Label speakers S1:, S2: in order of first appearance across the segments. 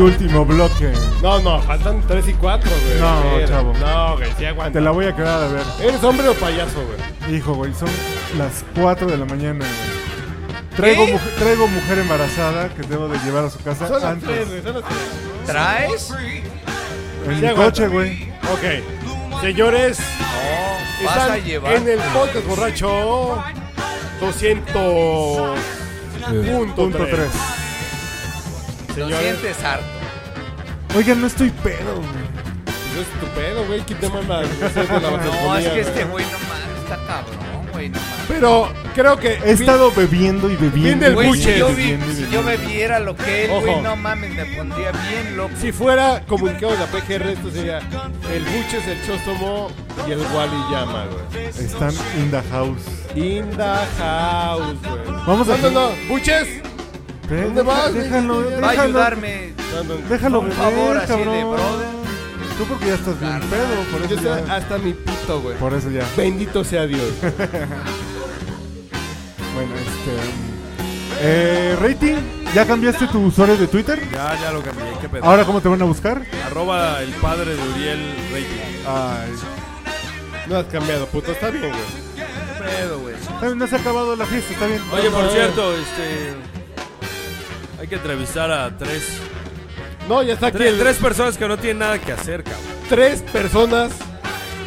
S1: último bloque.
S2: No, no, faltan tres y cuatro, güey.
S1: No,
S2: Mira,
S1: chavo.
S2: No, güey, sí aguanta.
S1: Te la voy a quedar a ver.
S2: ¿Eres hombre o payaso, güey?
S1: Hijo, güey, son las 4 de la mañana. güey. Traigo, mujer, traigo mujer embarazada que debo de llevar a su casa
S2: Son las tres,
S1: antes.
S2: güey, son las tres.
S3: ¿Traes?
S1: En
S2: Sí
S1: mi
S2: aguanta.
S1: coche, güey.
S2: Ok. Señores,
S3: No, vas
S2: están
S3: a llevar.
S2: en el podcast borracho 200...
S1: Punto 3.
S3: Lo
S2: Señores.
S3: sientes harto.
S1: Oigan, no estoy pedo, güey.
S2: Eso es estupendo, güey. ¿Quién te manda recetas de la
S3: No,
S2: vasectomía,
S3: es que este
S2: güey?
S3: güey no mames, está cabrón, güey, no mames.
S2: Pero creo que...
S1: He estado bebiendo y bebiendo.
S2: del
S1: y
S3: Güey,
S2: buche.
S3: si yo, vi-
S1: bebiendo y
S3: si yo
S1: bebiendo.
S3: bebiera lo que él,
S2: Ojo.
S3: güey, no mames, me pondría bien loco.
S2: Si fuera comunicado de la PGR, esto sería el buches, el chóstomo y el Wally Llama, güey.
S1: Están in the house.
S2: In the house, güey.
S1: Vamos a-
S2: No, no, no. ¿Buches?
S1: Ve,
S2: ¿Dónde vas, güey?
S1: Déjalo,
S2: Va a
S3: Va a
S1: déjalo.
S3: ayudarme.
S2: No, no, no.
S1: Déjalo
S3: Por
S1: beber,
S3: favor, así de
S1: cabrón.
S3: brother.
S1: Tú porque ya estás bien pedo, por
S2: Yo
S1: eso
S2: estoy
S1: ya.
S2: hasta mi pito, güey.
S1: Por eso ya.
S2: Bendito sea Dios.
S1: Bueno, este. Eh, rating, ¿ya cambiaste tu usuario de Twitter?
S4: Ya, ya lo cambié, qué pedo.
S1: ¿Ahora cómo te van a buscar?
S4: Arroba el padre de Uriel Rating.
S1: Ay,
S2: No has cambiado, puto. Está bien, güey.
S3: Pedo, güey.
S1: está bien, eh, no se ha acabado la fiesta, está bien.
S4: Oye, por
S2: no.
S4: cierto, este. Hay que entrevistar a tres.
S2: No, ya está aquí.
S4: Tres,
S2: el-
S4: tres personas que no tienen nada que hacer, cabrón.
S2: tres personas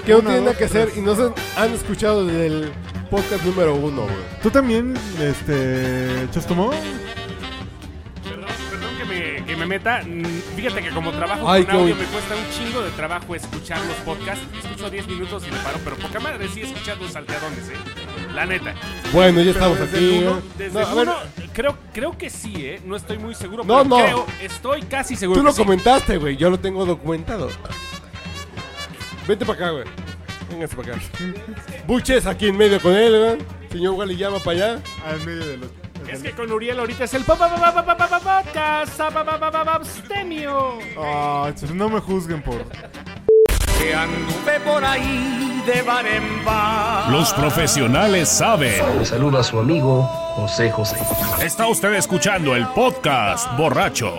S2: que no
S1: Una,
S2: tienen nada
S1: dos,
S2: que hacer
S1: tres.
S2: y no se han- han escuchado desde el podcast número uno, güey.
S1: ¿Tú también, este. Chostomo?
S5: Perdón, perdón que me, que me meta. Mm, Fíjate que como trabajo
S2: Ay,
S5: con audio
S2: qué-
S5: me cuesta un chingo de trabajo escuchar los podcasts. Escucho 10 minutos y le paro, pero poca madre sí escuchar los salteadones, ¿eh? La neta.
S2: Bueno, ya estamos
S1: desde
S2: aquí.
S1: el uno,
S2: güey.
S5: Desde
S2: No, a ver,
S5: uno, creo, creo que sí, ¿eh? No estoy muy seguro,
S2: No,
S5: pero
S2: no.
S5: creo, estoy casi seguro
S2: tú
S5: que
S2: lo
S5: sí.
S2: comentaste, güey. Yo lo tengo documentado. Vete para acá, güey. Véngase para acá. Buches aquí en medio con él, güey. Señor Wally llama para allá.
S1: Al Ah, medio de los.
S5: Es que con Uriel ahorita es el pa- pa- pa- pa- pa- pa- pa- podcast, pa- pa- pa- pa- pa- abstemio.
S1: Ah, chos, no me juzguen por.
S5: Que anduve por ahí de bar en bar.
S6: Ah.
S7: Los profesionales saben.
S8: Le saluda su amigo José José.
S7: Está usted escuchando el podcast borracho.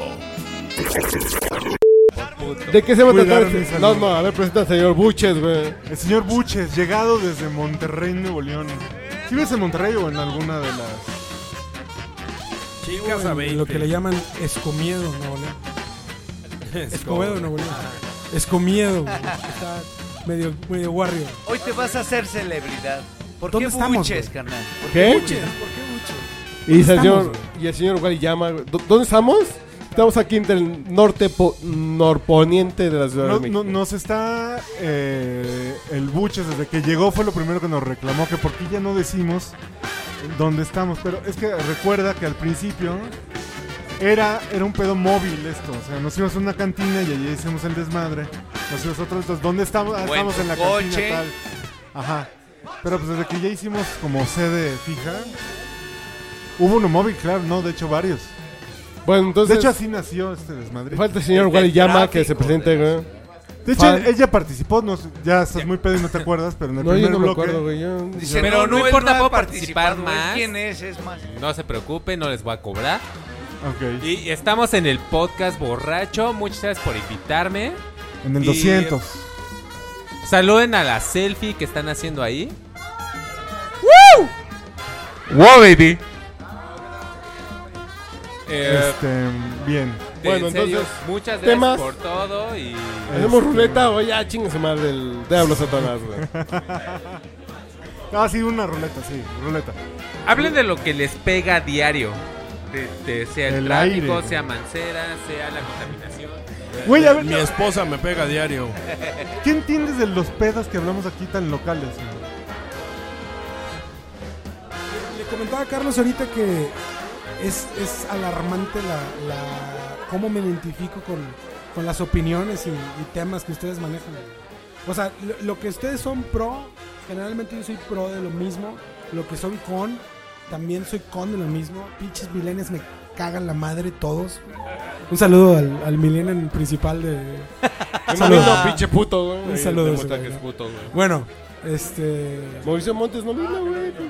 S2: ¿De qué se va a
S1: Cuidar
S2: tratar?
S1: mi
S2: este? No,
S1: salud.
S2: no, a ver, presenta al señor Buches, güey.
S1: El señor Buches, llegado desde Monterrey, Nuevo León. ¿Sí ves en Monterrey o en alguna de las.?
S4: Chicas a 20.
S9: Lo que le llaman escomiedo, Nuevo León. Escobedo, Nuevo León. Escomiedo. güey. Está medio, medio barrio.
S3: Hoy te vas a hacer celebridad. ¿Por
S9: ¿Dónde
S3: qué
S9: estamos,
S3: buches,
S9: güey?
S3: carnal? ¿Por
S2: ¿Qué?
S3: buches?
S2: Y,
S9: estamos,
S2: señor,
S9: güey?
S2: y el señor Wally llama. güey. ¿Dó- ¿Dónde estamos? Estamos aquí entre el norte, po- norponiente de la ciudad
S1: No,
S2: de
S1: no-
S2: México.
S1: nos está. eh, el Buches, desde que llegó, fue lo primero que nos reclamó: que por qué ya no decimos dónde estamos. Pero es que recuerda que al principio. Era, era un pedo móvil esto, o sea, nos íbamos a una cantina y allí hicimos el desmadre. Nos íbamos a otro, entonces, ¿dónde estamos? Ah,
S3: O en
S1: estamos
S3: tu
S1: en la
S3: coche.
S1: cantina tal. Ajá. Pero pues desde que ya hicimos como sede fija, hubo uno móvil, claro, no, de hecho varios.
S2: Bueno,
S1: De
S2: entonces.
S1: hecho, así nació este desmadre.
S2: Falta el señor Wally Llama que se presente, güey.
S1: De hecho,
S2: Fal-
S1: ella participó, no, sé, ya estás muy pedo y no te acuerdas, pero en el
S2: No, yo
S1: primer
S2: no me
S1: bloque.
S2: acuerdo, güey. yo-
S3: Dice,
S6: Pero no
S3: él
S6: importa,
S3: ha
S6: puedo participar
S3: participado, él
S6: más.
S3: ¿Quién es? Es más.
S6: No se preocupe, no les voy a cobrar.
S1: Ok.
S6: Y estamos en el podcast borracho. Muchas gracias por invitarme.
S1: En el
S6: Y-
S1: 200.
S6: Saluden a la selfie que están haciendo ahí.
S4: ¡Wow, baby!
S6: Eh,
S1: Este, bien.
S6: en
S2: bueno,
S6: serio,
S2: entonces,
S6: muchas gracias
S2: temas.
S6: por todo y
S2: ¿Hacemos
S1: Este-
S2: ruleta o ya chingue su madre el diablo Satanás, güey?
S1: Ah, sí, una ruleta, sí, ruleta.
S6: Eh, hablen de lo que les pega a diario. De- de- sea el,
S1: El
S6: tráfico,
S1: aire.
S6: sea mancera, sea la contaminación.
S1: Güey, a ver,
S4: Mi esposa me pega a diario.
S1: ¿qué entiendes de los pedos que hablamos aquí tan locales? güey?
S9: Le comentaba a Carlos ahorita que es, es alarmante la, la- cómo me identifico con, con las opiniones y, y temas que ustedes manejan. O sea, lo, lo que ustedes son pro, generalmente yo soy pro de lo mismo. Lo que son con, también soy con de lo mismo. Pinches milenios me cagan la madre todos. Un saludo al, al millennial principal de...
S2: Un
S9: Saludos.
S2: pinche puto, güey.
S9: Un saludo,
S2: Te muestra
S9: güey.
S2: que es puto, güey.
S9: Bueno, Este.
S2: Mauricio Montes no vino, güey. pues,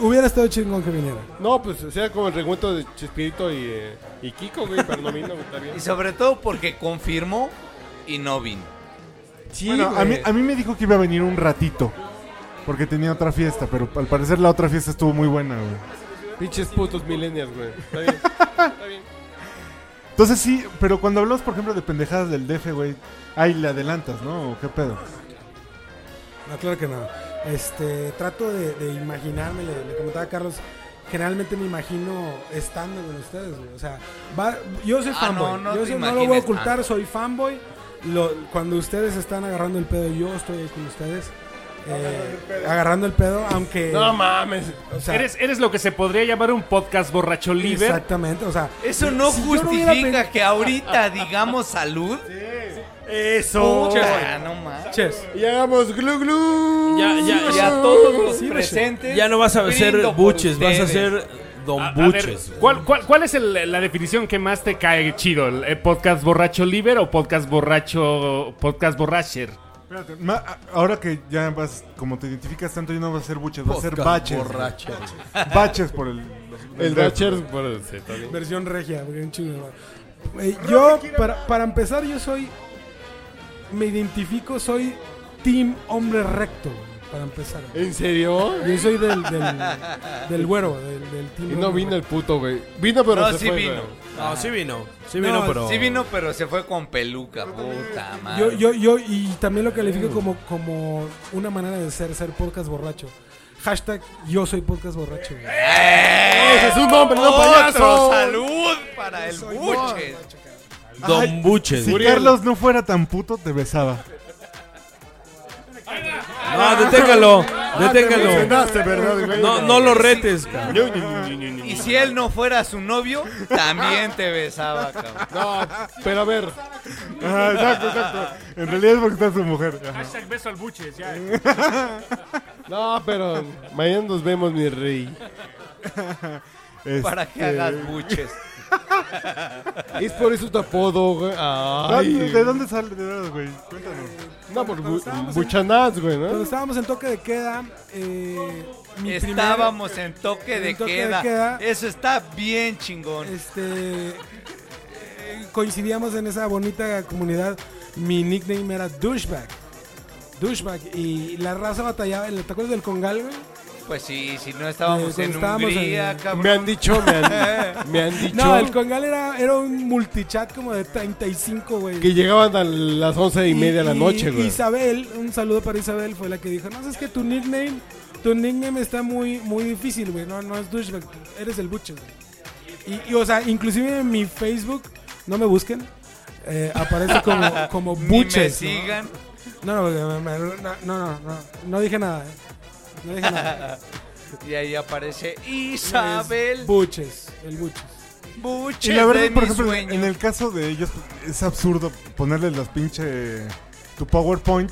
S9: Hubiera estado chingón que viniera.
S2: No, pues sea como el recuento de Chespirito y, eh, y Kiko, güey, pero no vino, güey, está bien.
S3: Y sobre todo porque confirmó y no vino.
S2: Sí,
S1: Bueno, a mí,
S2: güey.
S1: a mí me dijo que iba a venir un ratito. Porque tenía otra fiesta, pero al parecer la otra fiesta estuvo muy buena, güey.
S2: Pinches putos millennials, güey. Está bien. Está bien.
S1: Entonces sí, pero cuando hablamos, por ejemplo, de pendejadas del DF, güey, ahí le adelantas, ¿no? ¿O ¿Qué pedo?
S9: No, claro que no. Este, trato de, de imaginarme, le, le comentaba a Carlos, generalmente me imagino estando con ustedes, güey. O sea, va- yo soy
S3: Ah,
S9: fanboy.
S3: no, no
S9: yo
S3: te
S9: soy- no lo voy a
S3: imagines
S9: ocultar,
S3: tanto.
S9: soy fanboy. Lo- cuando ustedes están agarrando el pedo, yo estoy ahí con ustedes. eh, agarrando el pedo, aunque...
S2: No mames.
S9: o sea,
S5: eres, eres lo que se podría llamar un podcast borracho libre.
S9: Exactamente, o sea...
S3: Eso no
S9: si yo no hubiera
S3: justifica
S9: pen-
S3: que ahorita digamos salud.
S2: Eso.
S3: Puta, no manches.
S9: Ches,
S2: Y hagamos glu glu.
S4: Ya, ya,
S3: Y a
S4: ya.
S3: todos los
S9: Sí,
S3: presentes.
S4: Ya no vas a
S3: brindo
S4: ser
S3: por
S4: buches, vas a
S3: ustedes.
S4: ser don
S5: A- a ver,
S4: buches.
S5: ¿cuál, cuál, cuál es el- la definición que más te cae chido? ¿El, el podcast borracho libre o podcast borracho. podcast borracher?
S1: Espérate, ma- a- ahora que ya vas, como te identificas tanto, ya no vas a ser buches, vas a ser baches. güey. Baches por el...
S2: El Dachers, bueno, sí, está bien.
S9: versión regia, porque un chingo de madre. Eh, yo, para, para empezar, yo soy. Me identifico, soy Team Hombre Recto, güey, para empezar.
S2: ¿En serio?
S9: Yo soy del, del, del güero, del, del Team.
S2: Y no
S9: hombre
S2: vino el
S9: recto.
S2: puto, güey. Vino, pero
S3: No,
S2: se
S3: sí
S2: fue,
S3: vino.
S2: güey.
S4: No, Ah, sí vino. Sí
S9: No,
S4: vino, pero.
S3: Sí vino, pero se fue con peluca, puta
S9: Yo,
S3: madre.
S9: yo, yo, y también lo
S2: Mm.
S9: califico como, como una manera de ser, ser podcast borracho. Hashtag yo soy podcast borracho. güey.
S2: ¡Ese es un hombre, no
S3: Otro
S2: payaso!
S3: salud para el buches.
S4: Don Buches.
S1: Si Carlos no fuera tan puto, te besaba.
S4: No, Ah, deténgalo. Deténgalo.
S2: Cenaste, ¿verdad, güey?
S4: No, no lo retes, cabrón.
S3: Y si él no fuera su novio, también te besaba, cabrón.
S2: No, pero a ver.
S1: Ajá, exacto, exacto. En realidad es porque está su mujer. Ajá.
S5: Hashtag beso al buches, ya.
S2: No, pero mañana nos vemos, mi rey.
S1: Este,
S3: Para que hagas buches.
S2: Es por eso tu apodo, güey.
S1: ¿dónde-
S2: Ay.
S1: ¿De dónde sale? ¿De dónde, güey? Cuéntanos.
S2: No, por bu- buchanás, güey,
S9: Cuando
S2: ¿no?
S9: estábamos en toque de queda, eh, mi primer-
S3: Estábamos en toque de
S9: en toque de
S3: queda.
S9: queda.
S3: Eso está bien chingón.
S9: Este eh, coincidíamos en esa bonita comunidad. Mi nickname era douchebag. Douchebag y la raza batallaba, ¿te acuerdas del Congal, güey?
S3: Pues sí, si no estábamos
S9: cuando
S3: en
S9: estábamos
S3: Hungría,
S9: en-
S2: Me
S3: cabrón.
S2: han dicho, me han, me han dicho
S9: No, el Congal era, era un multichat como de 35, güey.
S2: que llegaban a las once y media de la
S9: y-
S2: noche, güey.
S9: Isabel, un saludo para Isabel, fue la que dijo, no, es que tu nickname, tu nickname está muy, muy difícil, güey, no, no es douchebag, eres el buche, güey. Y, y, o sea, inclusive en mi Facebook, no me busquen, eh, aparece como, como
S3: Ni
S9: buches.
S3: me
S9: ¿no?
S3: sigan.
S9: No, no, no, no, no, no, no, no dije nada, eh. No dije nada.
S3: Y ahí aparece
S9: Es
S3: Ah, Isabel
S9: Buches, el Buches.
S1: Y
S3: Buches
S1: la verdad,
S3: de
S1: por
S3: mis
S1: ejemplo, en-
S3: sueños.
S1: en el caso de ellos, es absurdo ponerles las pinche. tu PowerPoint.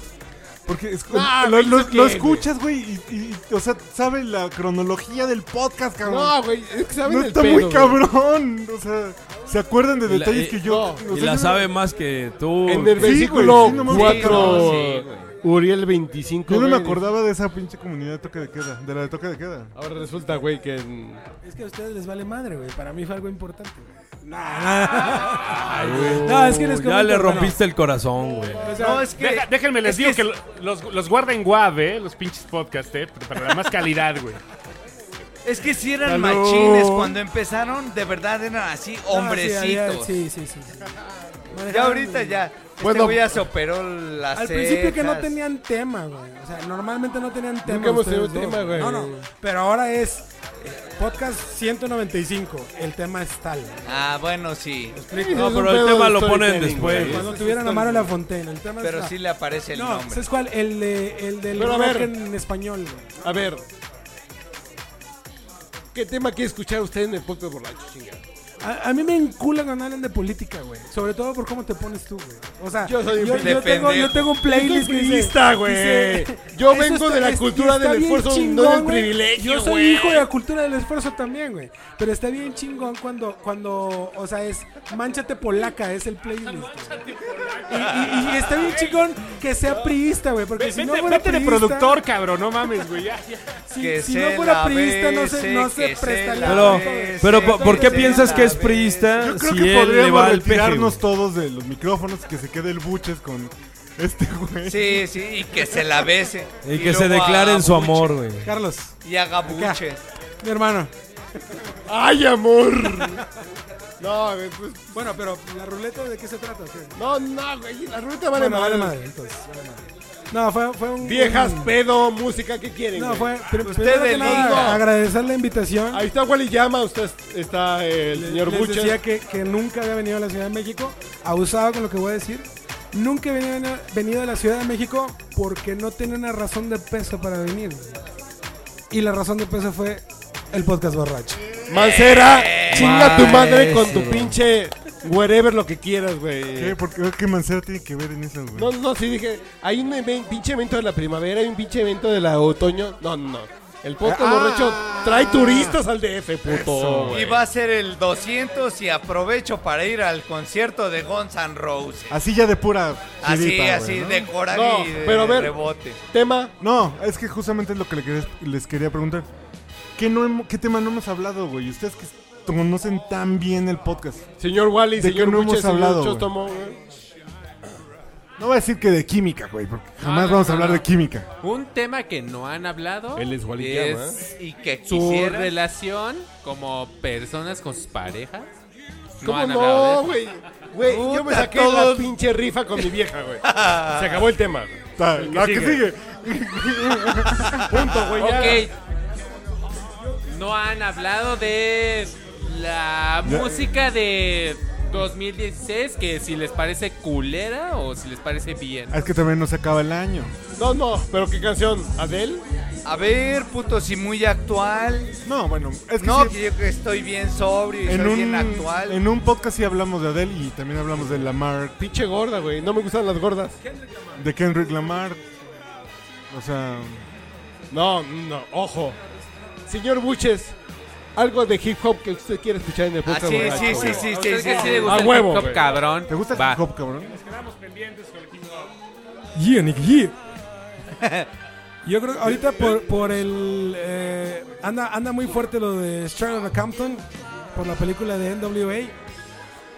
S1: Porque es-
S2: Ah,
S1: lo,
S2: güey,
S1: lo-
S2: ¿eso qué,
S1: lo
S2: güey?
S1: escuchas, güey, y, y- y, o sea, sabe la cronología del podcast, cabrón.
S2: No, güey, es que saben
S1: No
S2: el
S1: está
S2: pedo,
S1: muy
S2: güey.
S1: cabrón. O sea, se acuerdan de
S4: Y la-
S1: detalles
S4: y-
S1: que yo.
S2: no,
S1: o
S4: Y
S1: sea,
S4: la
S1: yo-
S4: sabe más que tú.
S2: En el
S1: Sí,
S2: versículo
S1: güey, sí, no mames.
S2: 4,
S3: Sí, no, sí,
S2: Uriel 25.
S1: Yo no me
S2: güey.
S1: acordaba de esa pinche comunidad de toque de queda. De la de toque de queda.
S2: Ahora resulta, güey, que. en-
S9: Es que a ustedes les vale madre, güey. Para mí fue algo importante. güey. No, es que les
S4: Ya
S9: comento,
S4: le
S9: bueno,
S4: rompiste el corazón, güey.
S9: o sea,
S3: No, es que
S5: Deja- déjenme les
S3: es
S5: digo
S3: que
S5: que, lo- los, los guarda en WAV, eh, los pinches podcasts, eh, para la más calidad, güey.
S3: Es que si eran
S1: Salud.
S3: machines cuando empezaron, de verdad eran así
S9: no, sí, había-
S3: hombrecitos.
S9: Sí, sí, sí. sí.
S3: Ya ahorita ya.
S2: Bueno,
S3: este güey ya se operó las
S9: Al principio que no
S3: cejas.
S9: tenían tema, güey. O sea, normalmente no tenían tema.
S2: hemos
S9: ustedes
S2: tenido
S9: dos,
S2: tema, güey.
S9: No, no. Pero ahora es eh, podcast 195. El tema es tal.
S3: Ah, bueno, sí.
S4: No,
S2: Es un
S4: pero el
S2: pedo
S4: tema
S2: de
S4: lo ponen
S2: storytelling,
S4: después.
S2: güey.
S9: Cuando tuvieran a Mario La Fontaine, el tema es
S3: Pero
S9: tal.
S3: sí le aparece el
S9: No,
S3: nombre.
S9: ¿sabes cuál? El, de, el del
S2: Pero a
S9: rock
S2: ver.
S9: en español, güey.
S2: A ver. ¿Qué tema quiere escuchar usted en el podcast borracho, chinga?
S9: A, a mí me encula cuando hablan de política, güey. Sobre todo por cómo te pones tú, güey. O sea,
S2: Yo soy un
S9: yo,
S2: pri-
S9: yo
S3: de
S9: tengo, yo
S3: pendejo.
S9: tengo un playlist
S2: Yo soy
S9: que dice-
S2: priista, güey.
S9: dice,
S2: Yo
S9: "Eso
S2: vengo de la
S9: es-
S2: cultura
S9: está
S2: del
S9: bien
S2: esfuerzo, no del
S9: güey.
S2: privilegio,
S9: Yo soy
S2: güey.
S9: hijo de la cultura del esfuerzo también, güey. Pero está bien chingón cuando, cuando, o sea, es manchate polaca, es el playlist. güey. Y, y- y está bien chingón que sea priista, güey. Porque
S5: Vete,
S9: si no
S5: vete
S9: fuera
S5: de
S9: priista-
S5: productor, cabrón, no mames, güey. ya, ya.
S9: Si,
S3: Que
S9: si
S3: se
S9: no fuera
S3: la
S9: priista, no se,
S3: bese,
S9: no se
S3: que se
S9: prestaría.
S3: la
S4: Pero,
S3: bese,
S4: pero ¿por- ¿por qué
S3: que
S4: piensas
S3: se
S4: que es
S3: la
S4: priista
S1: Yo creo
S4: si
S1: que
S4: él le va
S1: podríamos
S4: al peje?
S1: retirarnos
S4: güey?
S1: todos de los micrófonos, que se quede el buches con este güey.
S3: Sí, sí, y que se la bese.
S4: Y que se
S3: luego
S4: declare en su
S3: agabuche,
S4: amor, güey.
S9: Carlos,
S3: Y haga buches.
S9: mi hermano.
S2: ¡Ay, amor! no, güey, pues.
S9: Bueno, pero la ruleta de qué se trata? o qué?
S2: No, no, güey. La ruta vale
S9: Bueno, vale
S2: madre.
S9: madre, entonces, vale madre. No, fue, fue un.
S2: Viejas,
S9: un-
S2: pedo, música, ¿qué quieren?
S9: No,
S2: güey?
S9: fue. Pero,
S3: Usted
S9: primero que
S3: elija.
S9: nada, agradecer la invitación.
S2: Ahí está Wally Llama, usted está el
S9: Le-
S2: señor
S9: les
S2: Buches.
S9: decía que, que nunca había venido a la Ciudad de México. Abusado con lo que voy a decir. Nunca había venido- venido a la Ciudad de México porque no tenía una razón de peso para venir. Y la razón de peso fue el podcast borracho.
S2: Mancera, chinga tu madre con tu
S4: maestro.
S2: pinche wherever lo que quieras, güey.
S1: ¿Qué? ¿Por qué? ¿Qué Mancera tiene que ver en esas, güey?
S2: No, no, sí dije, hay un even- pinche evento de la primavera, hay un pinche evento de la otoño. No, no, no. El podcast borracho trae turistas al DF, puto. güey.
S3: Y va a ser el 200 y aprovecho para ir al concierto de Guns N' Roses.
S1: Así ya de pura
S3: Así,
S1: jirita, güey,
S3: así,
S1: Ah, ¿no?
S3: de coraje
S2: No,
S3: y de
S2: pero a ver.
S3: rebote.
S2: Tema,
S1: No, es que justamente es lo que le quería- les quería preguntar. ¿Qué, no hemo- qué tema no hemos hablado, güey? Ustedes que conocen tan bien el podcast.
S2: señor Wally,
S1: ¿De
S2: señor
S1: qué no
S2: Buches,
S1: hemos
S2: señor
S1: hablado, güey?
S2: Chostomo, güey.
S1: No voy a decir que de química, güey, porque jamás
S4: Ah,
S1: vamos a hablar de química.
S6: Un tema que no han hablado
S2: Él es Wally Llama, ¿eh?
S6: es
S3: Y que
S6: su
S3: quisiera.
S6: relación como personas con sus parejas. No
S2: ¿Cómo
S6: han hablado de
S2: no,
S6: eso.
S2: güey? Güey, yo me
S3: Puta,
S2: saqué la
S3: todos-
S2: pinche rifa con mi vieja, güey. Se acabó el tema. güey.
S1: Ta- la Ah, que
S2: sigue.
S1: sigue.
S2: Punto, güey. ya.
S6: Ok. No han hablado de la música de 2016, que si les parece culera o si les parece bien.
S1: Es que también no se acaba el año.
S2: No, no, pero ¿qué canción? ¿Adel?
S3: A ver, puto, si muy actual.
S1: No, bueno, es que
S3: No,
S1: sí,
S3: que yo que estoy bien sobrio y
S1: en,
S3: soy
S1: un,
S3: bien actual.
S1: en un podcast sí hablamos de Adele y también hablamos de Lamar,
S2: Pinche gorda, güey. No me gustan las gordas.
S1: de Kendrick Lamar. O sea,
S2: No, no, ojo. Señor Buches, algo de hip hop que usted quiere escuchar en el
S3: Ah,
S2: podcast.
S3: sí,
S2: borracho,
S3: sí, sí,
S2: güey.
S3: sí,
S6: ¿A
S3: sí,
S6: ustedes
S3: sí,
S6: qué sí
S3: sí.
S6: les gusta
S2: A
S6: el
S2: huevo,
S6: hip hop,
S2: güey.
S6: cabrón?
S1: ¿te gusta
S6: Va.
S1: el hip hop, cabrón?
S9: Yeah, Nick, yeah. Yo creo que ahorita por, por el. eh, anda, anda muy fuerte lo de Straight Outta Compton por la película de NWA.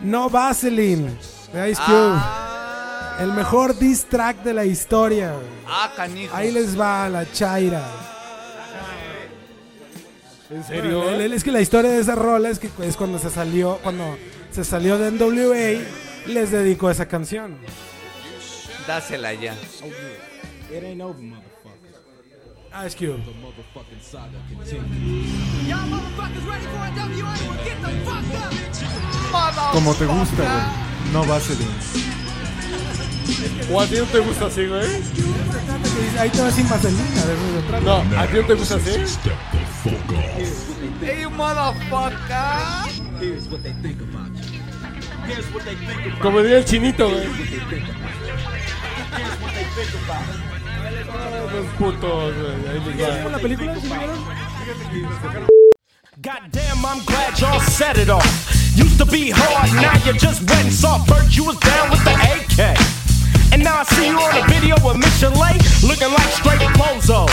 S9: No Vaseline de Ice Cube.
S3: Ah,
S9: El mejor diss track de la historia. güey.
S3: ah, canijo.
S9: Ahí les va la chaira.
S2: ¿En serio?
S9: El- el- Es que la historia de esa rola es que es cuando se salió, cuando se salió de NWA, les dedicó esa canción.
S3: Dásela ya.
S9: Ice Cube.
S1: Como te gusta, güey. No va a ser.
S2: ¿O a ti no te gusta así, güey?
S9: Ahí te va sin Vaseline. a ver, güey, otra.
S2: No, ¿a ti no te gusta así?
S3: Hey, motherfucker.
S2: Como diría el chinito, güey. Ah, Los putos, güey. Ahí les va.
S9: ¿Vieron la película? ¿Sí la vieron?
S10: Goddamn, I'm glad y'all set it off. Used to be hard, now you just went soft. Bert, you was down with the AK. And now I see you on a video with Michelet, looking like straight bozos.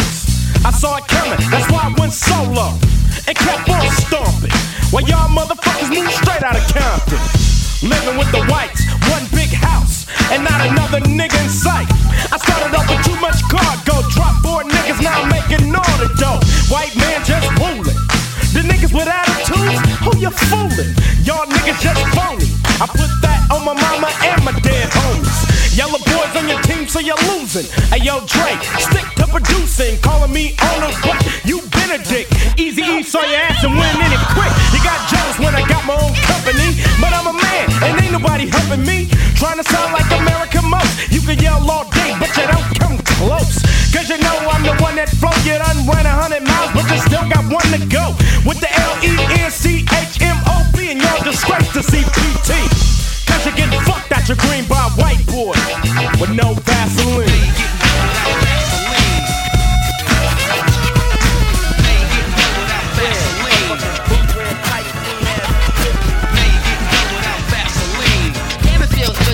S10: I saw it coming, that's why I went solo. And kept on stomping. While y'all motherfuckers moved straight out of Compton. Living with the whites, one big house, and not another nigga in sight. I started off with too much cargo, dropped four niggas, now I'm making all the dough. White man just ruling. The niggas with attitudes, who you fooling? Y'all niggas just phony. I put that on my mama and my dead homies. Yellow boys on your team, so you're losing. Hey yo, Dre, stick to producing. Calling me on a what? You been a dick. Easy E saw your ass and went in it quick. You got jealous when I got my own company, but I'm a man and ain't nobody helping me. Trying to sound like America most. You can yell all day, but you don't come close. Cause you know I'm the one that float you done ran a hundred miles, but you still got one to go. With the L E N C H M O P and y'all just disgrace to see PT. Cause you're getting fucked at your green by a white boy with no Vaseline.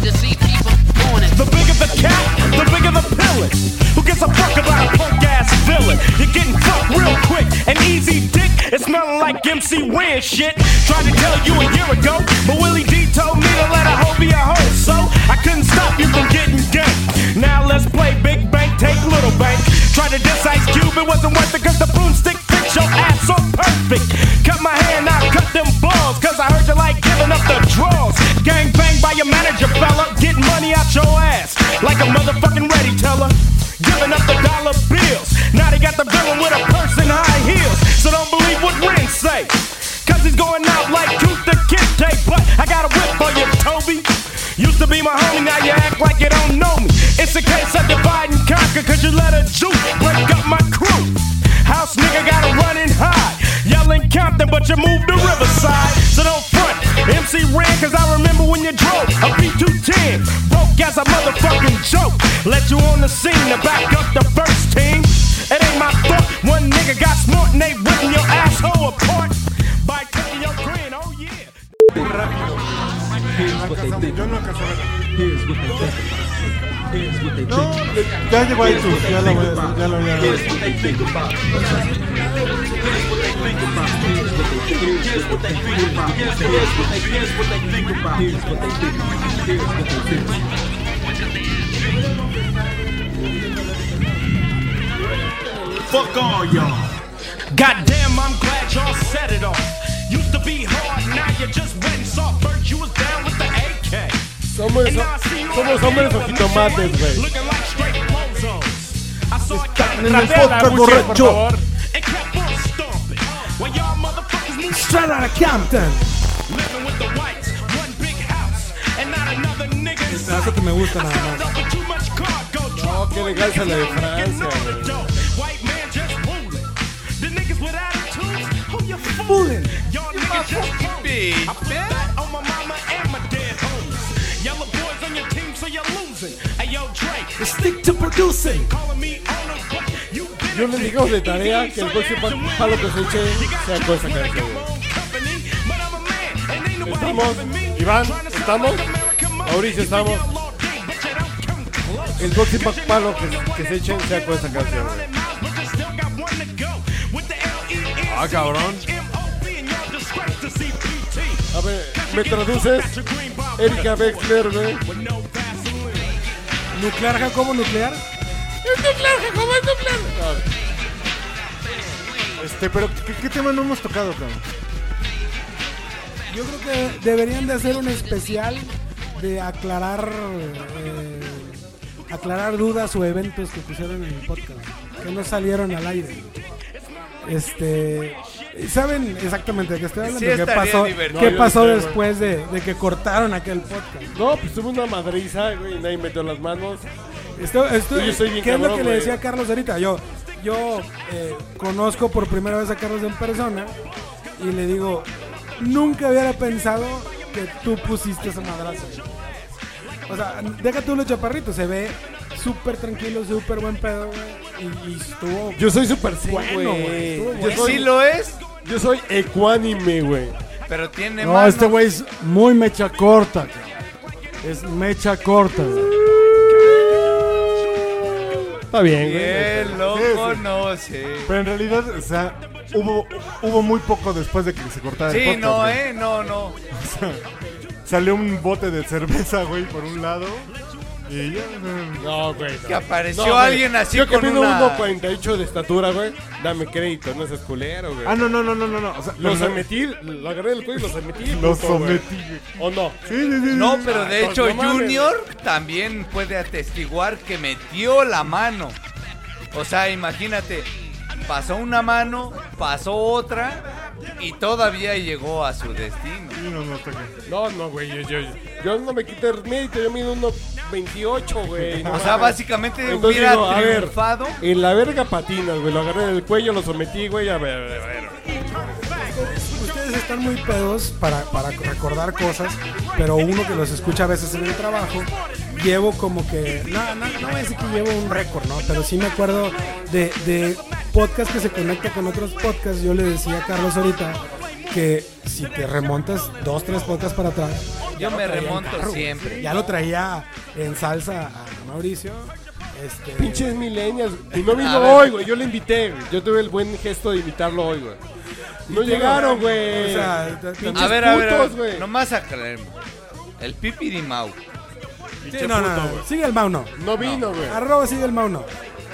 S10: The bigger the cat, the bigger the pillage. Who gives a fuck about a punk ass villain? You're getting fucked real quick. An easy dick, it's smelling like MC Win shit. Tried to tell you a year ago, but Willie D told me to let a hoe be a hoe. So I couldn't stop you from getting ganked. Now let's play Big Bank, take Little Bank. Try to diss Ice Cube, it wasn't worth it cause the broomstick fits your ass so perfect. Cut my hand, I cut them balls, cause I heard you like giving up the draws. Gang banged by your manager, fella. Get money out your ass, like a motherfucking ready teller. Giving up the dollar bills. Now they got the villain with a purse and high heels. So don't believe what Ren say. Cause he's going out like Tooth the Kid Tape. But I got a whip for you, Toby. Used to be my homie, now you act like you don't know me. It's a case of divide and conquer, cause you let a juke break up my crew. House nigga gotta run and hide. Yelling Compton, but you moved to Riverside. So don't front. MC ran, cause I remember when you drove a B210. Broke as a motherfucking joke. Let you on the scene to back up the first team. It ain't my fault. One nigga got smart and they ripping your asshole apart by taking your grin. Oh yeah.
S1: No, ya llegó a YouTube, ya lo voy a- ya lo voy a ver.
S10: Fuck all y'all. Goddamn, I'm glad y'all said it all. Used to be hard, now you just went and saw birds. You was down with the AK.
S2: Somos,
S10: And now I see you on
S2: somos
S10: the
S2: hombres
S10: field with
S2: ojitomates, güey.
S10: Looking like straight bozos. I saw a cat
S5: Trapea la
S10: podcast
S5: buche, por
S10: borracho.
S5: favor.
S10: and kept on stomping. While y'all motherfuckers move
S9: Straight out of Compton.
S10: living with the whites. One big house and not another nigga in sight.
S9: Eso que me gusta nada más.
S10: Up with too much cargo drop.
S2: qué legal se la de Francia, güey.
S10: White man just ruling. The niggas with attitudes, who you fooling? Y'all niggas just fooling. I put that on my mama and my dead homies. Yellow boys on your team, so you're losing. Hey, yo, Drake, stick to producing. Calling me owners, but you been
S2: Yo les digamos de tarea que el próximo pa- palo que se eche sea con esa canción. güey. Estamos, Iván, estamos. Mauricio, estamos. El próximo palo que, que se echen sea con esa canción. güey.
S4: Ah, cabrón.
S2: A ver, ¿me traduces? Erika Wexler, güey.
S9: Nuclear Jacobo Nuclear.
S1: Este, pero ¿qué, qué tema no hemos tocado, cabrón?
S9: Yo creo que deberían de hacer un especial de aclarar eh, aclarar dudas o eventos que pusieron en el podcast que no salieron al aire. Este, saben exactamente de qué estoy hablando,
S3: Sí
S9: qué
S3: estaría
S9: pasó,
S3: divertido.
S9: qué
S2: No, yo
S9: pasó
S2: sé, güey.
S9: después de, de que cortaron aquel podcast.
S2: No, pues tuve una madriza, güey, y nadie metió las manos.
S9: Esto, esto-
S2: Yo soy bien
S9: ¿Qué es lo
S2: cabrón,
S9: que le
S2: güey.
S9: decía a Carlos ahorita? Yo, yo eh, conozco por primera vez a Carlos en persona y le digo, nunca hubiera pensado que tú pusiste esa madraza. O sea, deja tú los chaparritos, se ve súper tranquilo, súper buen pedo, güey. Y, y estuvo...
S2: Yo soy super zen,
S9: Bueno, güey,
S2: güey.
S9: estuvo bueno.
S2: Yo
S3: Y
S2: soy-
S3: Pues sí lo es,
S2: Yo soy ecuánime, güey.
S3: pero tiene
S1: No,
S3: mano.
S1: este güey es muy mecha corta, cabrón. Es mecha corta, güey.
S2: Está bien, güey.
S3: Él lo
S1: Sí, sí.
S3: conoce.
S1: Pero en realidad, o sea, hubo, hubo muy poco después de que se cortara el
S3: Sí,
S1: podcast.
S3: no,
S1: güey.
S3: eh, no, no.
S1: Salió un bote de cerveza, güey, por un lado. Y ya. eh,
S2: No, güey. no.
S3: Que apareció
S2: No, güey.
S3: alguien así
S2: Yo que
S3: con
S2: mido
S3: una...
S2: 1.48 de estatura, güey. Dame crédito, no seas culero, güey.
S1: Ah, no, no, no, no, no. no. O sea,
S2: Lo
S1: pero no-
S2: sometí, lo agarré del cuello y lo sometí.
S1: Lo
S2: puto, güey.
S1: sometí, güey.
S2: ¿O no?
S1: Sí, sí, sí, sí.
S3: No, pero de
S2: Ah,
S3: hecho
S2: no mames.
S3: Junior también puede atestiguar que metió la mano. O sea, imagínate, pasó una mano, pasó otra y todavía llegó a su destino.
S1: Sí, no, no, está bien.
S2: No, no, güey. Yo, yo, yo no me quité el mérito, yo mido 1.28, güey. no
S3: O sea,
S2: mames.
S3: básicamente
S2: Entonces
S3: hubiera
S2: digo, a ver,
S3: triunfado.
S2: en la verga patinas, güey. Lo agarré del cuello, lo sometí, güey. A ver, a ver, a ver.
S9: Ustedes están muy pedos para, para recordar cosas, pero uno que los escucha a veces en el trabajo, llevo como que, no, no, no voy a decir que llevo un récord, ¿no? Pero sí me acuerdo de, de podcast que se conecta con otros podcasts. Yo le decía a Carlos ahorita que si te remontas dos, tres podcasts para atrás,
S3: Yo me
S9: traía en
S3: remonto
S9: carro, güey.
S3: siempre.
S9: Ya lo traía en salsa a Mauricio. Este,
S2: Pinches millennials. Y no vino
S9: A ver.
S2: hoy, güey. Yo lo invité, güey. Yo tuve el buen gesto de invitarlo hoy, güey. No
S9: Y tú,
S2: llegaron,
S9: o
S2: güey.
S9: sea, t-
S2: Pinches
S3: A ver, a ver, a
S2: putos,
S3: ver.
S2: güey.
S3: Nomás aclaremos. El pipirimau.
S9: Sí, no, no, no. Sigue el Mauno.
S2: No vino, güey.
S9: Arroba sigue el Mauno.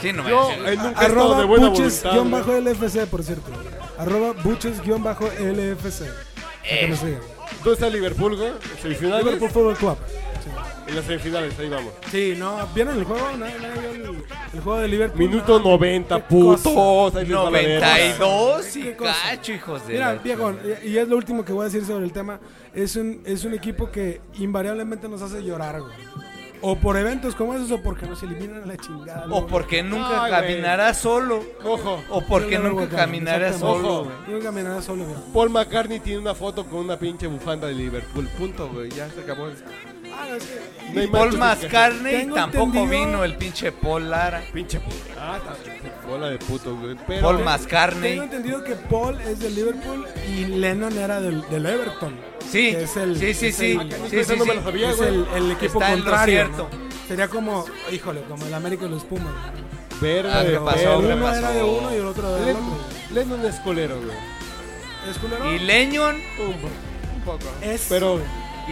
S3: Sí, no me
S2: Yo,
S3: decís.
S2: él nunca ha estado
S9: Arroba
S2: de buena
S9: buches
S2: voluntad,
S9: guión
S2: güey.
S9: bajo LFC, por cierto. Arroba buches guión bajo LFC. Para que
S3: Eh.
S9: nos sigan.
S2: ¿Dónde está Liverpool, güey? ¿Semifinales?
S9: Liverpool Football Club.
S2: En las semifinales, ahí vamos.
S9: Sí, no, ¿vieron el juego? Nadie, nadie vio el, el juego de Liverpool.
S2: Minuto
S9: No.
S2: 90,
S9: Qué cosa.
S2: putos. Ahí les va la verga.
S3: 92
S9: ¿Qué
S3: y
S9: cosa?
S3: cacho, hijos de.
S9: Mira,
S3: la-
S9: Diego, y y es lo último que voy a decir sobre el tema. Es un, es un equipo que invariablemente nos hace llorar, güey. O por eventos como esos, o porque nos eliminan a la chingada.
S3: O
S9: ¿no?
S3: porque nunca
S2: Ay, güey.
S3: caminará solo.
S2: Ojo.
S3: O porque
S9: Yo no lo
S3: nunca
S9: voy a
S3: caminará
S9: exactamente.
S3: solo.
S2: Ojo.
S3: güey.
S9: Nunca caminará solo, güey.
S2: Paul McCartney tiene una foto con una pinche bufanda de Liverpool. Punto, güey. Ya se acabó.
S9: Ah, no, es que-
S2: No hay
S3: Paul
S2: más justificación.
S3: Mascarney
S9: Tengo
S3: tampoco
S9: entendido-
S3: vino el pinche Paul Lara.
S2: Pinche puta. Ah, está- Bola de puto, güey. Pero-
S3: Paul
S9: Tengo
S3: Mascarney.
S9: entendido que Paul es del Liverpool y Lennon era del, del Everton.
S3: Sí,
S9: que es el-
S3: sí, sí,
S9: es
S3: sí.
S9: el-
S3: Sí, sí,
S2: no me
S3: sí.
S2: lo sabía,
S9: es
S2: güey.
S9: el, el equipo
S3: Está en lo
S9: contrario.
S3: cierto.
S9: ¿no? Sería como, híjole, como el América y los Pumas. ¿no?
S2: Verga
S3: Ah,
S2: de
S3: ¿qué pasó,
S2: perro.
S3: qué
S9: Uno era
S3: pasó?
S9: de uno y el otro del otro.
S2: Lennon- Lennon es colero, güey.
S9: ¿Es culero?
S3: Y Leñon,
S2: Un po- un poco.
S9: Es-
S2: Pero.
S3: y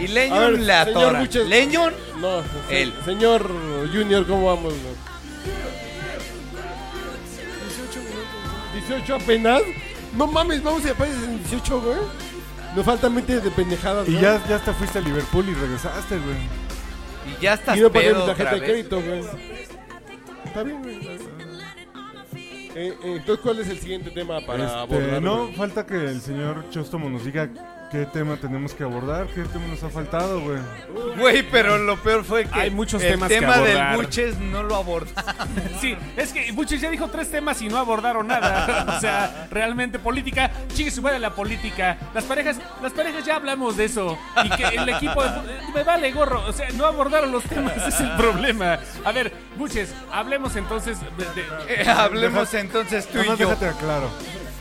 S2: A ver,
S3: Leñon la
S2: señor
S3: atora.
S2: Buches-
S3: Leñon,
S2: No, se-
S3: Él.
S2: Señor Junior, ¿cómo vamos, güey? 18 apenas. No mames, vamos y apareces en 18, güey. Nos faltan mentes de pendejadas,
S1: Y
S2: ¿no?
S1: ya, ya hasta fuiste a Liverpool y regresaste, güey.
S3: y ya estás
S2: Y no pagué
S3: pedo
S2: mi
S3: otra
S2: tarjeta de
S3: vez.
S2: crédito, güey. Está bien, güey. está bien. Eh, eh, entonces, ¿cuál es el siguiente tema para
S1: Este,
S2: abordar?
S1: no,
S2: güey?
S1: falta que el señor Chóstomo nos diga qué tema tenemos que abordar, qué tema nos ha faltado, güey.
S3: Güey, pero lo peor fue que
S4: Hay muchos
S3: el
S4: temas que
S3: tema del
S4: abordar.
S3: Buches no lo abordamos.
S5: Sí, es que Buches ya dijo tres temas y no abordaron nada. O sea, realmente política, chingue su madre la política. Las parejas, las parejas ya hablamos de eso. Y que el equipo de fu- eh, me vale gorro. O sea, no abordaron los temas, ese es el problema. A ver, Buches, hablemos entonces de, de-
S3: Eh, Hablemos entonces tú
S1: Nada
S3: y
S1: más
S3: yo.
S1: déjate aclaro.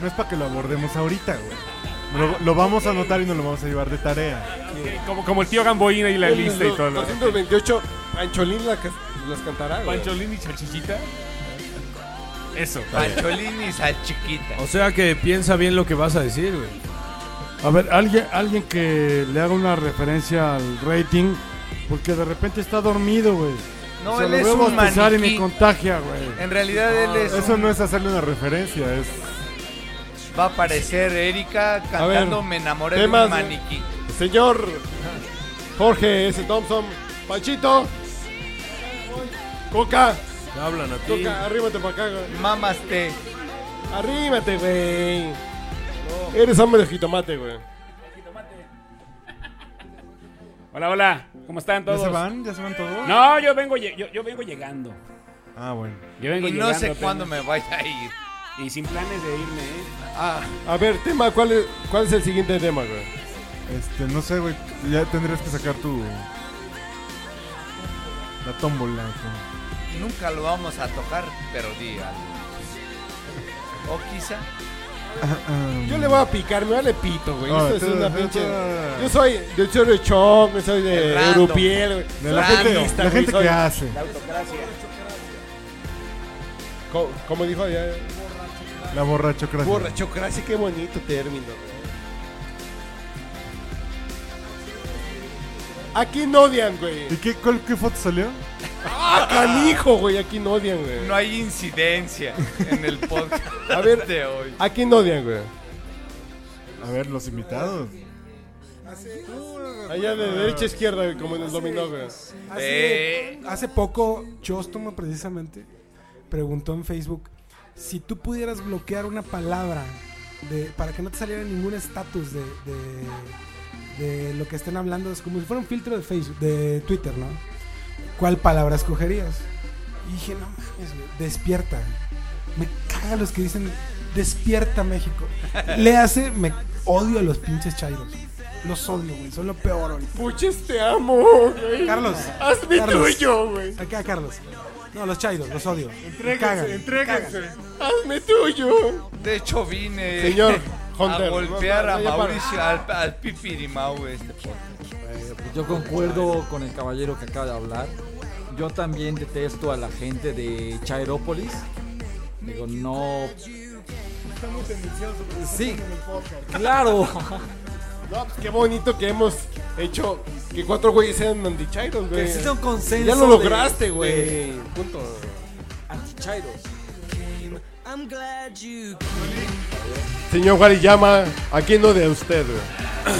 S1: No es para que lo abordemos ahorita, güey. Lo, lo vamos a anotar y nos lo vamos a llevar de tarea.
S5: que- eh, como, como el tío Gamboína y la
S2: Los-
S5: lista y todo.
S2: los
S3: Pues,
S5: ¿no?
S2: 228, Pancholín la cas- las cantará, güey.
S5: Pancholín y Chachichita. Eso.
S3: Pancholín y Salchiquita.
S4: O sea que piensa bien lo que vas a decir, güey.
S11: A ver, alguien, alguien que le haga una referencia al rating, porque de repente está dormido, güey.
S3: No,
S11: Se
S3: él
S11: lo
S3: es
S11: veo
S3: un
S11: bostezar y me
S3: maniquí.
S11: contagia, güey.
S3: En realidad él es
S1: Eso
S3: un-
S1: no es hacerle una referencia, es...
S3: va a aparecer Erika cantando
S2: ver,
S3: Me enamoré de
S2: temas-
S3: un maniquí.
S2: Señor Jorge S. Thompson, Panchito, Coca,
S4: Te hablan a ti.
S2: Coca, arrímate para acá, güey.
S3: Mamaste.
S2: Arrímate, güey. Eres hombre de jitomate, güey.
S5: Hola, hola. ¿Cómo están
S1: ¿Ya
S5: todos?
S1: se van? ¿Ya se van todos?
S5: No, yo vengo, lle- yo, yo vengo llegando.
S1: Ah, bueno.
S5: Yo vengo
S3: Y no
S5: llegando
S3: sé
S5: apenas.
S3: cuándo me vaya a ir. Ah,
S5: Y sin planes de irme, ¿eh?
S2: A ver, tema, ¿cuál es, cuál es el siguiente tema, güey?
S1: Este, no sé, güey. Ya tendrías que sacar tu... La tómbola. güey.
S3: Nunca lo vamos a tocar, pero di algo. O quizá.
S2: Yo le voy a picar, me vale pito, güey.
S1: Ah,
S2: Esto es
S1: tú-
S2: una
S1: tú-
S2: pinche.
S1: tú-
S2: Yo soy de Choro Chong, yo soy
S3: El
S2: de
S3: random.
S2: Rupiel, güey.
S1: De la
S3: Rando.
S1: gente,
S2: Randista,
S1: la
S2: güey,
S1: gente
S2: soy-
S1: que hace.
S2: Co- Como dijo allá,
S1: La borrachocracia.
S2: borrachocracia, qué bonito término, güey. Aquí no odian, güey.
S1: ¿Y qué, cuál, qué foto salió?
S2: ¡Ah, canijo, güey! Aquí no odian, güey.
S3: No hay incidencia en el podcast
S2: A ver.
S3: de hoy.
S2: Aquí no odian, güey.
S1: A ver, los invitados.
S9: Ah,
S2: Allá de derecha a izquierda, güey, como en el dominó, güey.
S9: Hace,
S3: Eh.
S9: hace poco, Chóstomo precisamente preguntó en Facebook si tú pudieras bloquear una palabra de- para que no te saliera ningún estatus de, de- de lo que estén hablando. Es como si fuera un filtro de Facebook, de Twitter, ¿no? ¿Cuál palabra escogerías? Y dije, no mames, güey, despierta. Me cagan los que dicen despierta México. Le hace, me odio a los pinches chairos. Los odio, güey. Son lo peor, güey.
S2: Puches, te amo, güey.
S9: Carlos.
S2: Hazme
S9: Carlos.
S2: tuyo, güey.
S9: Acá, Carlos. No, los chairos, los odio. Me cagan.
S2: Entréguense, entréguense. Hazme tuyo.
S3: De hecho, vine
S2: Señor
S3: a
S2: Hunter,
S3: golpear a
S2: vaya para-
S3: Mauricio, al, al Pipirimau. Este
S12: Yo concuerdo con el caballero que acaba de hablar. Yo también detesto a la gente de Chairópolis. Digo, no.
S2: Está muy tendencioso.
S12: Sí, claro.
S2: No, pues qué bonito que hemos hecho que cuatro güeyes sean antichairos, güey.
S12: Que exista un consenso
S2: Ya lo
S12: de-
S2: lograste, güey.
S12: de-
S2: Punto.
S12: Antichairos.
S2: Señor Guarillama, aquí no de usted, güey.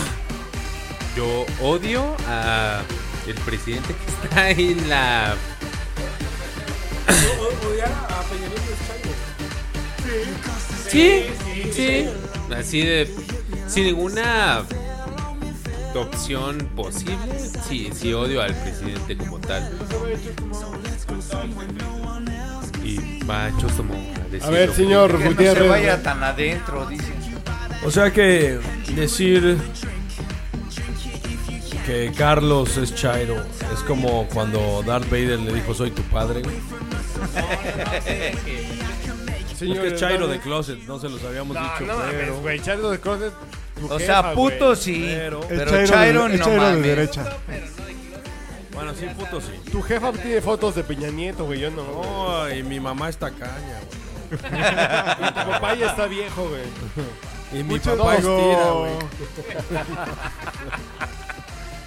S6: Yo odio a el presidente que está en la
S2: Odiar a Peña Nieto
S6: Sí, sí. Así de. Sin ninguna opción posible. Sí, sí odio al presidente como tal. Y va Chosomo a decir.
S2: A ver,
S6: lo
S2: señor
S6: que-
S3: Que no se
S2: Gutiérrez,
S3: vaya
S2: güey.
S3: tan adentro, dicen.
S4: O sea que decir que Carlos es Chairo es como cuando Darth Vader le dijo soy tu padre. güey.
S2: Señor,
S4: es que es Chairo
S2: hermano.
S4: de Closet, no se los habíamos
S2: No,
S4: dicho.
S2: no mames,
S4: pero-
S2: güey, Chairo de Closet. tu
S3: O
S2: jefa,
S3: sea,
S2: güey.
S3: puto sí,
S2: Pero-
S3: pero, Chairo,
S1: de, el
S3: no
S1: chairo de
S3: mames.
S1: derecha.
S4: Bueno, sí, puto sí.
S2: Tu jefa tiene fotos de Peña Nieto, güey. Yo no.
S4: No, y mi mamá está caña, güey.
S2: Y tu papá ya está viejo, güey.
S4: Y mi
S1: Mucho
S4: papá
S1: luego.
S4: estira, güey.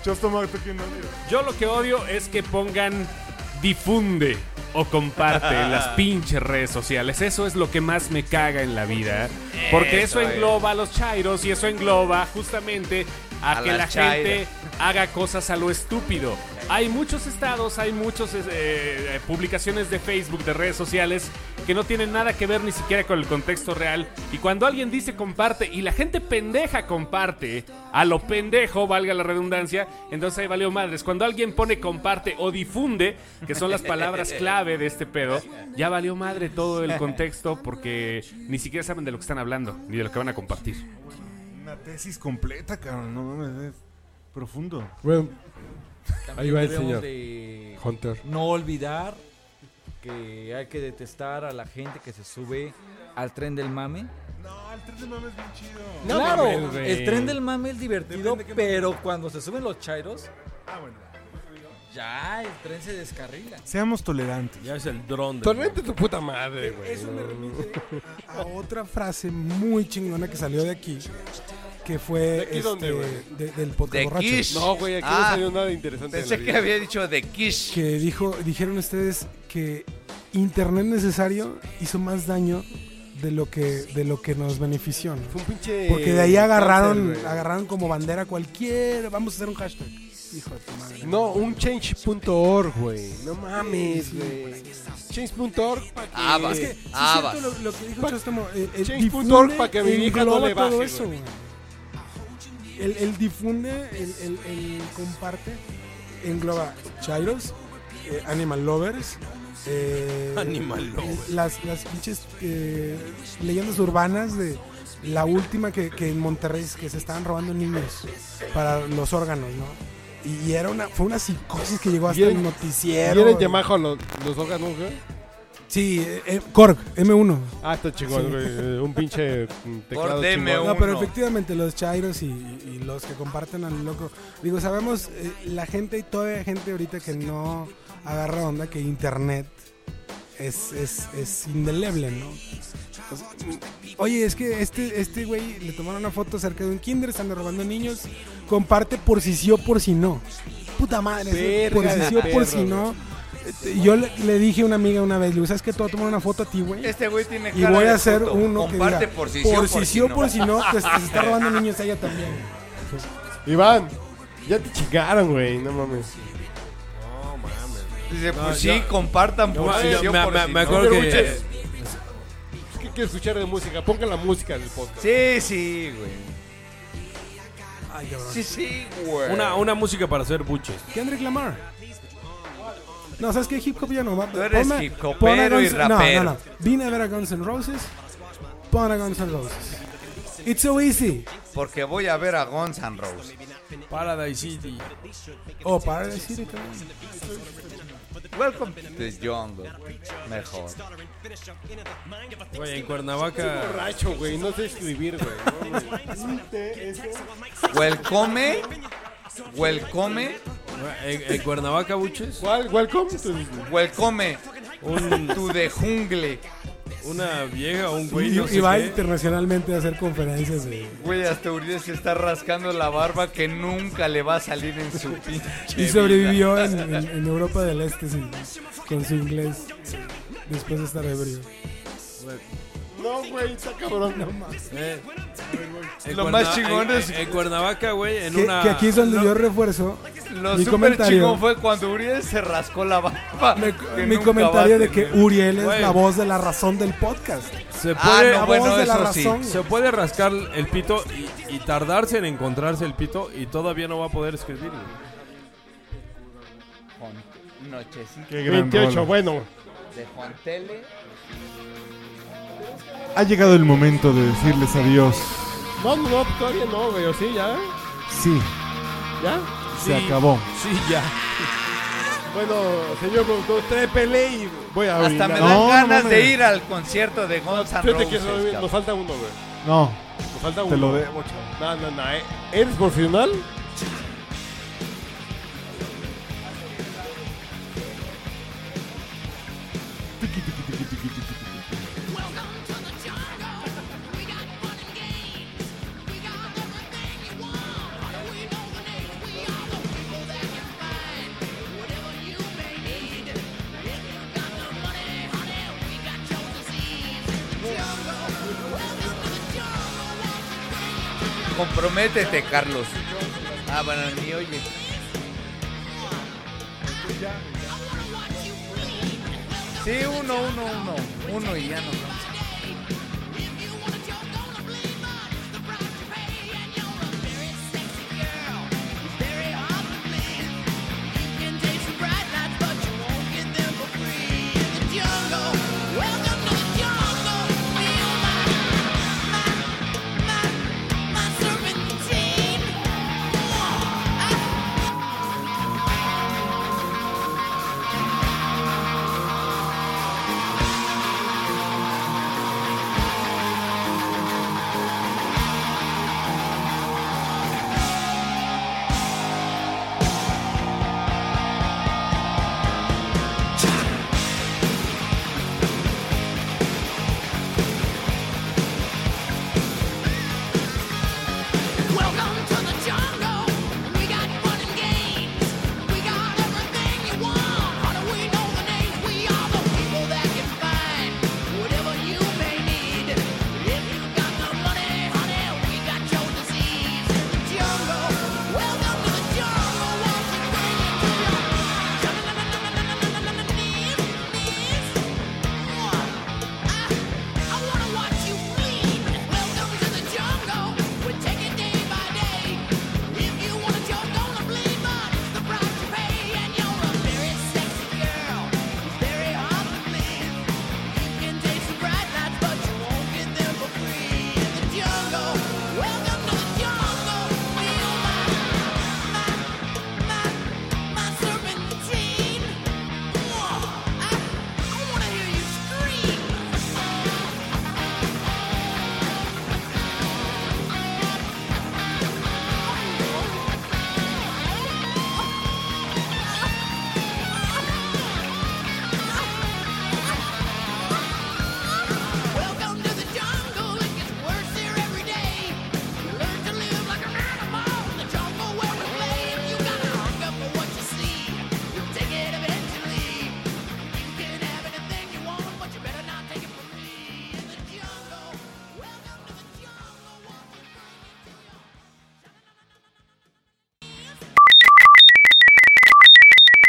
S1: Chostomac, ¿tú quién odia?
S5: Yo lo que odio es que pongan difunde o comparte en las pinches redes sociales. Eso es lo que más me caga en la vida. ¿eh? Porque eso,
S4: Eso es.
S5: engloba a los chairos y eso engloba justamente a,
S4: A
S5: que
S4: las
S5: la gente
S4: chairas.
S5: haga cosas a lo estúpido. Hay muchos estados, hay muchas publicaciones de Facebook, de redes sociales, que no tienen nada que ver ni siquiera con el contexto real. Y cuando alguien dice comparte y la gente pendeja comparte, a lo pendejo, valga la redundancia, entonces ahí valió madres. Cuando alguien pone comparte o difunde, que son las palabras clave de este pedo, ya valió madre todo el contexto porque ni siquiera saben de lo que están hablando, ni de lo que van a compartir.
S1: Una tesis completa, cabrón. No mames, es profundo.
S2: Bueno,
S12: También debemos de No olvidar que Eh, hay que detestar a la gente que se sube al tren del mame.
S1: No, el tren de mames es bien chido.
S12: claro,
S2: Oh,
S12: el tren del mame es divertido, pero cuando se suben los chairos, ya el tren se descarrila.
S1: Seamos tolerantes.
S4: Ya es el dron.
S2: Torrente tu puta
S3: Eh,
S2: madre, güey.
S9: Eso me remite a otra frase muy chingona que salió de aquí. Que fue.
S2: ¿De aquí dónde,
S9: este,
S2: güey?
S9: de- del podcast
S3: De
S9: borracho.
S3: Kish.
S2: No, güey, aquí no
S3: Ah,
S2: salió nada interesante de
S3: Pensé
S2: la
S3: que
S2: vida.
S3: había dicho de Kish.
S9: Que dijo, dijeron ustedes que internet necesario hizo más daño de lo que, de lo que nos benefició. ¿no?
S2: pinche
S9: Porque de ahí agarraron,
S2: cáncer, güey.
S9: agarraron como bandera cualquier. Vamos a hacer un hashtag. Hijo de tu madre.
S2: No, un change.org, güey. No mames, güey. Change.org para que.
S3: Ah,
S9: Abas, Es que sí
S2: Ah,
S9: abas. siento lo- que dijo Chostomo, eh, eh, difunde,
S2: para que mi hija no
S9: engloba
S2: le
S9: todo
S2: baje.
S9: eso,
S2: güey.
S9: güey. El, el difunde, el, el- el comparte, engloba Chairos, eh, Animal Lovers. eh,
S4: Animal Lovers.
S9: Las, las pinches eh, leyendas urbanas de la última que, que en Monterrey es que se estaban robando niños para los órganos, ¿no? Y era una, fue una psicosis que llegó hasta
S2: ¿Vieron-
S9: el noticiero.
S2: ¿Vieron
S9: güey.
S2: Yamaha los, los órganos, güey?
S9: Sí, eh, eh, Korg, M1.
S2: Ah, está chingón,
S9: Sí.
S2: güey. Eh, Un pinche mm, teclado
S3: Por DM1.
S2: chingón.
S9: No, pero efectivamente los chairos y, y los que comparten al loco. Digo, sabemos eh, la gente y todavía hay gente ahorita que no agarra onda que internet es, es, es indeleble, ¿no? Entonces, Oye, es que este este güey le tomaron una foto cerca de un kinder, están robando niños. Comparte por si sí o por si no. Puta madre, eso,
S2: Verga
S9: por si
S2: de
S9: sí o por
S2: perro,
S9: si no. Eh, Yo le, le dije a una amiga una vez, le digo, ¿sabes que te voy a tomar una foto a ti, güey?
S3: Este güey tiene
S9: Y
S3: cara
S9: voy
S3: de
S9: a hacer
S3: puto.
S9: uno que
S3: Comparte
S9: diga,
S3: por si sí o
S9: por
S3: por
S9: si
S3: si
S9: sí o
S3: no".
S9: por si no, te, te está robando niños ella también.
S2: Iván, ya te chingaron, güey. No mames.
S4: No mames.
S3: Dice,
S4: No,
S3: pues
S4: yo-
S3: sí, compartan
S4: yo
S3: por
S4: me-
S3: si
S4: yo
S3: sí o
S4: me-
S3: por
S4: me- me
S3: si no.
S4: acuerdo
S3: Pero
S4: que-
S3: muchas-
S2: ¿Qué quieres escuchar de música? Ponga la música en el podcast.
S3: Sí, sí, güey.
S9: Ay, cabrón.
S3: Sí, sí, güey.
S4: Una, una música para hacer buches.
S9: Kendrick Lamar. No, ¿sabes qué? Hip hop ya no va.
S3: Tú eres
S9: Ponme-
S3: hip hopero
S9: ponme a
S3: y
S9: Guns- No,
S3: rapero.
S9: no, no. Vine a ver a Guns N' Roses. Pon a Guns N' Roses. It's so easy.
S3: Porque voy a ver a Guns N' Roses.
S4: Paradise City.
S9: Oh, para decir y todo.
S3: Welcome to the jungle. Mejor.
S4: Güey, en Cuernavaca.
S2: Estoy borracho, güey. No sé escribir, güey. No, güey.
S3: Welcome. Welcome.
S4: En, en Cuernavaca, buches.
S2: ¿Cuál? Welcome.
S3: Welcome. To the jungle.
S4: Una vieja o un güey.
S9: Y,
S4: no sé
S9: y va
S4: qué.
S9: internacionalmente a hacer conferencias. güey.
S3: Güey, hasta Uriel se está rascando la barba que nunca le va a salir en su pinche.
S9: Y sobrevivió
S3: vida.
S9: en, en- en Europa del Este sin- con su inglés. Después de estar ebrio.
S2: No, güey. Está cabrón. No más.
S4: Eh, en
S3: Lo
S4: Cuerna-
S3: más chingón
S4: en-
S3: es-
S4: En, en Cuernavaca, güey, en
S9: Que,
S4: una.
S9: que aquí es donde yo refuerzo
S3: Lo
S9: mi
S3: súper
S9: comentario.
S3: chingón fue cuando Uriel se rascó la barba. que
S9: Mi
S3: nunca
S9: comentario
S3: va a
S9: de que
S3: tener.
S9: Uriel es
S4: Güey.
S9: la voz de la razón del podcast.
S4: Se
S3: Ah,
S4: puede,
S3: no, bueno,
S9: voz de la
S3: eso sí.
S9: razón.
S4: se puede rascar el pito y, y tardarse en encontrarse el pito y todavía no va a poder escribirlo.
S3: Con Nochecita
S1: Qué gran
S2: 28,
S1: rola.
S2: bueno.
S3: de Juan Tele.
S1: Ha llegado el momento de decirles adiós.
S2: No, no, no, todavía no, güey. ¿O sí? ¿Ya?
S1: Sí,
S2: ¿Ya?
S1: se acabó.
S4: Sí, ya.
S2: Bueno, señor productor, trépele y voy a
S3: Hasta
S2: orinar.
S3: me dan
S1: No, no
S3: ganas de
S1: mames.
S3: ir al concierto de Guns N'
S2: Fíjate que
S3: Roses.
S2: no-
S3: cabrón.
S2: nos falta uno, güey.
S1: No,
S2: Nos falta uno.
S1: te lo debo. chavo.
S2: No, no, no. eh. ¿Eres profesional?
S3: Comprométete, Carlos. Ah, bueno, ni oye. Sí, uno, uno, uno. Uno y ya no.